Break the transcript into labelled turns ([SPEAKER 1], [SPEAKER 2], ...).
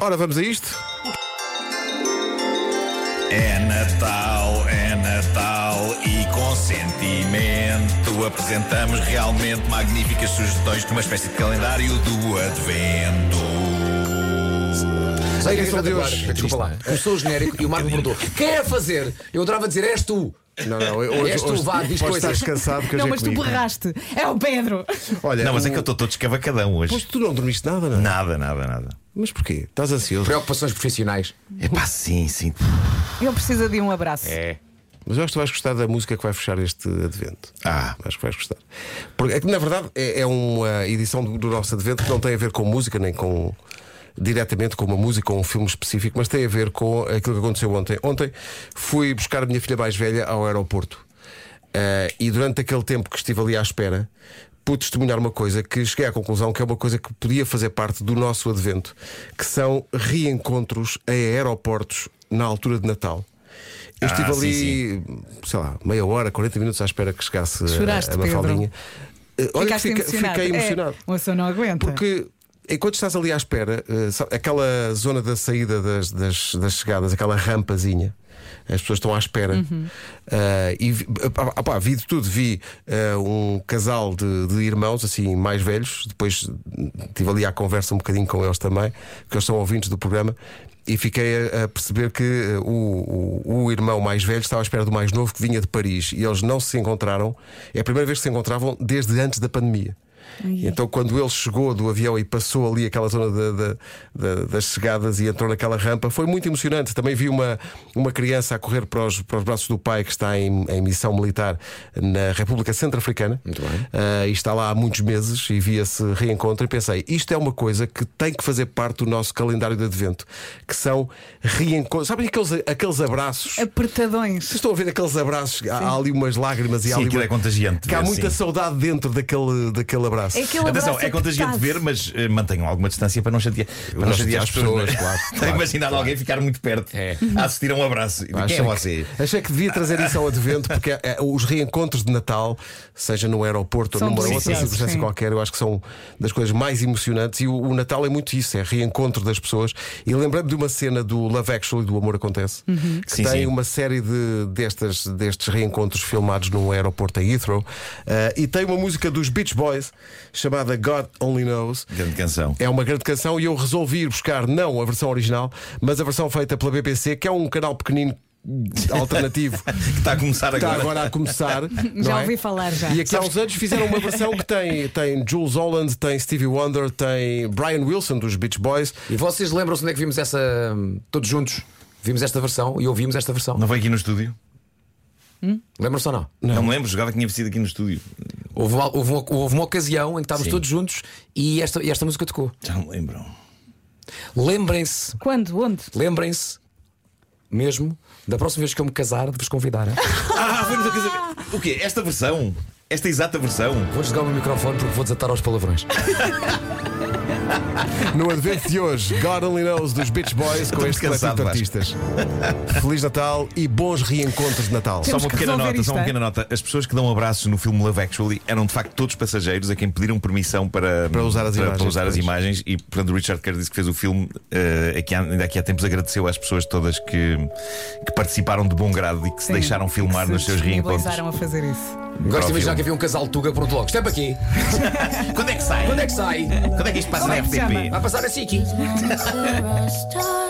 [SPEAKER 1] Ora, vamos a isto?
[SPEAKER 2] É Natal, é Natal e com sentimento apresentamos realmente magníficas sugestões numa espécie de calendário do Advento.
[SPEAKER 3] Sei que
[SPEAKER 1] Quem são
[SPEAKER 3] é
[SPEAKER 1] de hoje?
[SPEAKER 3] agora. Desculpa lá. Começou o genérico e o Marco bordou. Quem é fazer? Eu adorava dizer, és tu.
[SPEAKER 1] Não, não, hoje,
[SPEAKER 3] És tu,
[SPEAKER 1] hoje,
[SPEAKER 3] vá, diz
[SPEAKER 1] hoje
[SPEAKER 3] coisas.
[SPEAKER 1] estás cansado que hoje
[SPEAKER 4] Não,
[SPEAKER 1] é
[SPEAKER 4] mas tu
[SPEAKER 1] comigo.
[SPEAKER 4] borraste. É o Pedro.
[SPEAKER 1] Olha,
[SPEAKER 2] Não, mas é
[SPEAKER 1] o-
[SPEAKER 2] que eu estou todo escavacadão
[SPEAKER 1] Pois
[SPEAKER 2] hoje.
[SPEAKER 1] tu não dormiste nada, não é?
[SPEAKER 2] Nada, nada, nada.
[SPEAKER 1] Mas porquê? Estás ansioso?
[SPEAKER 3] Preocupações profissionais.
[SPEAKER 2] É pá, sim, sim.
[SPEAKER 4] Ele precisa de um abraço.
[SPEAKER 2] É.
[SPEAKER 1] Mas eu acho que tu vais gostar da música que vai fechar este advento.
[SPEAKER 2] Ah.
[SPEAKER 1] Acho que vais gostar. Porque, é que, na verdade, é, é uma edição do, do nosso advento que não tem a ver com música, nem com. diretamente com uma música ou um filme específico, mas tem a ver com aquilo que aconteceu ontem. Ontem fui buscar a minha filha mais velha ao aeroporto. Ah, e durante aquele tempo que estive ali à espera, pude testemunhar uma coisa que cheguei à conclusão que é uma coisa que podia fazer parte do nosso advento, que são reencontros a aeroportos na altura de Natal. Eu estive
[SPEAKER 2] Ah, sim,
[SPEAKER 1] ali,
[SPEAKER 2] sim.
[SPEAKER 1] sei lá, meia hora, 40 minutos à espera que chegasse a-
[SPEAKER 4] Churaste,
[SPEAKER 1] a Mafaldinha. Eh, Olha, que
[SPEAKER 4] Ficaste
[SPEAKER 1] fica,
[SPEAKER 4] emocionado.
[SPEAKER 1] fiquei
[SPEAKER 4] É,
[SPEAKER 1] emocionado.
[SPEAKER 4] uma pessoa não aguenta.
[SPEAKER 1] Porque enquanto estás ali à espera, eh, sabe, aquela zona da saída das, das, das chegadas, aquela rampazinha. As pessoas estão à espera. Eh, e vi, ah, pá, vi de tudo. Vi eh, um casal de, de irmãos, assim, mais velhos. Depois hum, tive ali à conversa um bocadinho com eles também, que eles são ouvintes do programa. E fiquei a, a perceber que eh, o, o, o irmão mais velho estava à espera do mais novo, que vinha de Paris. E eles não se encontraram. É a primeira vez que se encontravam desde antes da pandemia. Então, quando ele chegou do avião e passou ali aquela zona da- da- da- das chegadas e entrou naquela rampa, foi muito emocionante. Também vi uma, uma criança a correr para os, para os braços do pai que está em, em missão militar na República Centro-Africana.
[SPEAKER 3] Muito bem.
[SPEAKER 1] Ah, e está lá há muitos meses e vi esse reencontro e pensei, isto é uma coisa que tem que fazer parte do nosso calendário de advento, que são reencontros. Sabem aqueles, aqueles abraços?
[SPEAKER 4] É-
[SPEAKER 1] Vocês
[SPEAKER 4] Apertadões.
[SPEAKER 1] estão a ver aqueles abraços, há, há ali umas lágrimas e
[SPEAKER 2] Sim,
[SPEAKER 1] há ali
[SPEAKER 2] aquilo
[SPEAKER 1] uma-
[SPEAKER 2] é contagiante,
[SPEAKER 1] Que há
[SPEAKER 2] é,
[SPEAKER 1] muita
[SPEAKER 2] sim.
[SPEAKER 1] saudade dentro daquele, daquele abraço.
[SPEAKER 4] É aquele
[SPEAKER 2] Atenção,
[SPEAKER 4] abraço
[SPEAKER 2] é contagiante
[SPEAKER 4] apertado.
[SPEAKER 2] ver, mas eh, mantenham alguma distância para não chatear, para não
[SPEAKER 1] gosto
[SPEAKER 2] chatear
[SPEAKER 1] das
[SPEAKER 2] as pessoas.
[SPEAKER 1] pessoas, claro,
[SPEAKER 2] Estou a
[SPEAKER 1] claro, É.
[SPEAKER 2] imaginar alguém ficar muito perto a assistir a um abraço. Quem é você?
[SPEAKER 1] Que, achei que devia trazer isso ao advento, porque eh, os reencontros de Natal, seja no aeroporto
[SPEAKER 4] São
[SPEAKER 1] ou numa outra
[SPEAKER 4] deliciosos,
[SPEAKER 1] circunstância
[SPEAKER 4] sim.
[SPEAKER 1] qualquer, eu acho que são das coisas mais emocionantes. E o, o Natal é muito isso, é reencontro das pessoas. E lembrei-me de uma cena do Love Actually, do Amor Acontece,
[SPEAKER 4] Uhum.
[SPEAKER 1] que
[SPEAKER 2] Sim,
[SPEAKER 1] tem
[SPEAKER 2] sim.
[SPEAKER 1] uma série de, destas, destes reencontros filmados num aeroporto em Heathrow. eh, e tem uma música dos Beach Boys chamada God Only Knows.
[SPEAKER 2] Grande canção.
[SPEAKER 1] É uma grande canção e eu resolvi ir buscar não a versão original, mas a versão feita pela BBC, que é um canal pequenino alternativo que
[SPEAKER 2] Que está a começar
[SPEAKER 1] está
[SPEAKER 2] agora.
[SPEAKER 1] agora a começar. não
[SPEAKER 4] Já
[SPEAKER 1] é?
[SPEAKER 4] ouvi falar já.
[SPEAKER 1] E aqui há uns anos fizeram uma versão que tem, tem Jules Holland, tem Stevie Wonder, tem Brian Wilson dos Beach Boys.
[SPEAKER 3] E vocês lembram-se onde é que vimos essa. hum, Todos juntos? Vimos esta versão e ouvimos esta versão.
[SPEAKER 2] Não veio aqui no estúdio?
[SPEAKER 3] Lembram-se ou não?
[SPEAKER 2] Não, me lembro, jogava que tinha vestido aqui no estúdio.
[SPEAKER 3] Houve uma, houve uma- houve uma ocasião em que estávamos
[SPEAKER 2] Sim.
[SPEAKER 3] todos juntos e esta, e esta música tocou.
[SPEAKER 2] Já me lembro.
[SPEAKER 3] Lembrem-se,
[SPEAKER 4] Quando? Onde?
[SPEAKER 3] lembrem-se mesmo da próxima vez que eu me casar de vos convidar.
[SPEAKER 2] Ah, foi no teu casamento. O quê? Esta versão? Esta exata versão?
[SPEAKER 3] Vou desligar o meu microfone porque vou desatar aos palavrões.
[SPEAKER 1] No advento de hoje, God Only Knows dos Beach Boys com
[SPEAKER 2] Estou
[SPEAKER 1] este coletivo
[SPEAKER 2] cansado,
[SPEAKER 1] de artistas. Feliz Natal e bons reencontros de Natal.
[SPEAKER 4] Temos
[SPEAKER 2] só uma
[SPEAKER 4] que
[SPEAKER 2] pequena
[SPEAKER 4] resolver
[SPEAKER 2] nota,
[SPEAKER 4] isto,
[SPEAKER 2] só uma
[SPEAKER 4] é?
[SPEAKER 2] pequena nota. As pessoas que dão abraços no filme Love Actually eram de facto todos passageiros a quem pediram permissão para,
[SPEAKER 1] Para usar as imagens,
[SPEAKER 2] para usar as
[SPEAKER 1] pois.
[SPEAKER 2] imagens. E portanto, o Richard Curtis que fez o filme, eh, aqui há- ainda aqui há tempos, agradeceu às pessoas todas que, que participaram de bom grado e que se
[SPEAKER 4] Sim,
[SPEAKER 2] deixaram filmar
[SPEAKER 4] que se
[SPEAKER 2] nos seus reencontros.
[SPEAKER 4] disponibilizaram a fazer isso.
[SPEAKER 2] Para o
[SPEAKER 3] Gosto de imaginar
[SPEAKER 2] filme.
[SPEAKER 3] que havia um casal de Tuga pronto logo. Estepa aqui.
[SPEAKER 2] Quando é que sai?
[SPEAKER 3] Quando é que sai?
[SPEAKER 2] Quando é que isto passa
[SPEAKER 4] Como
[SPEAKER 2] na
[SPEAKER 4] é que se
[SPEAKER 2] RTP?
[SPEAKER 4] chama?
[SPEAKER 3] Vai passar a SIC.
[SPEAKER 5] Restaurant.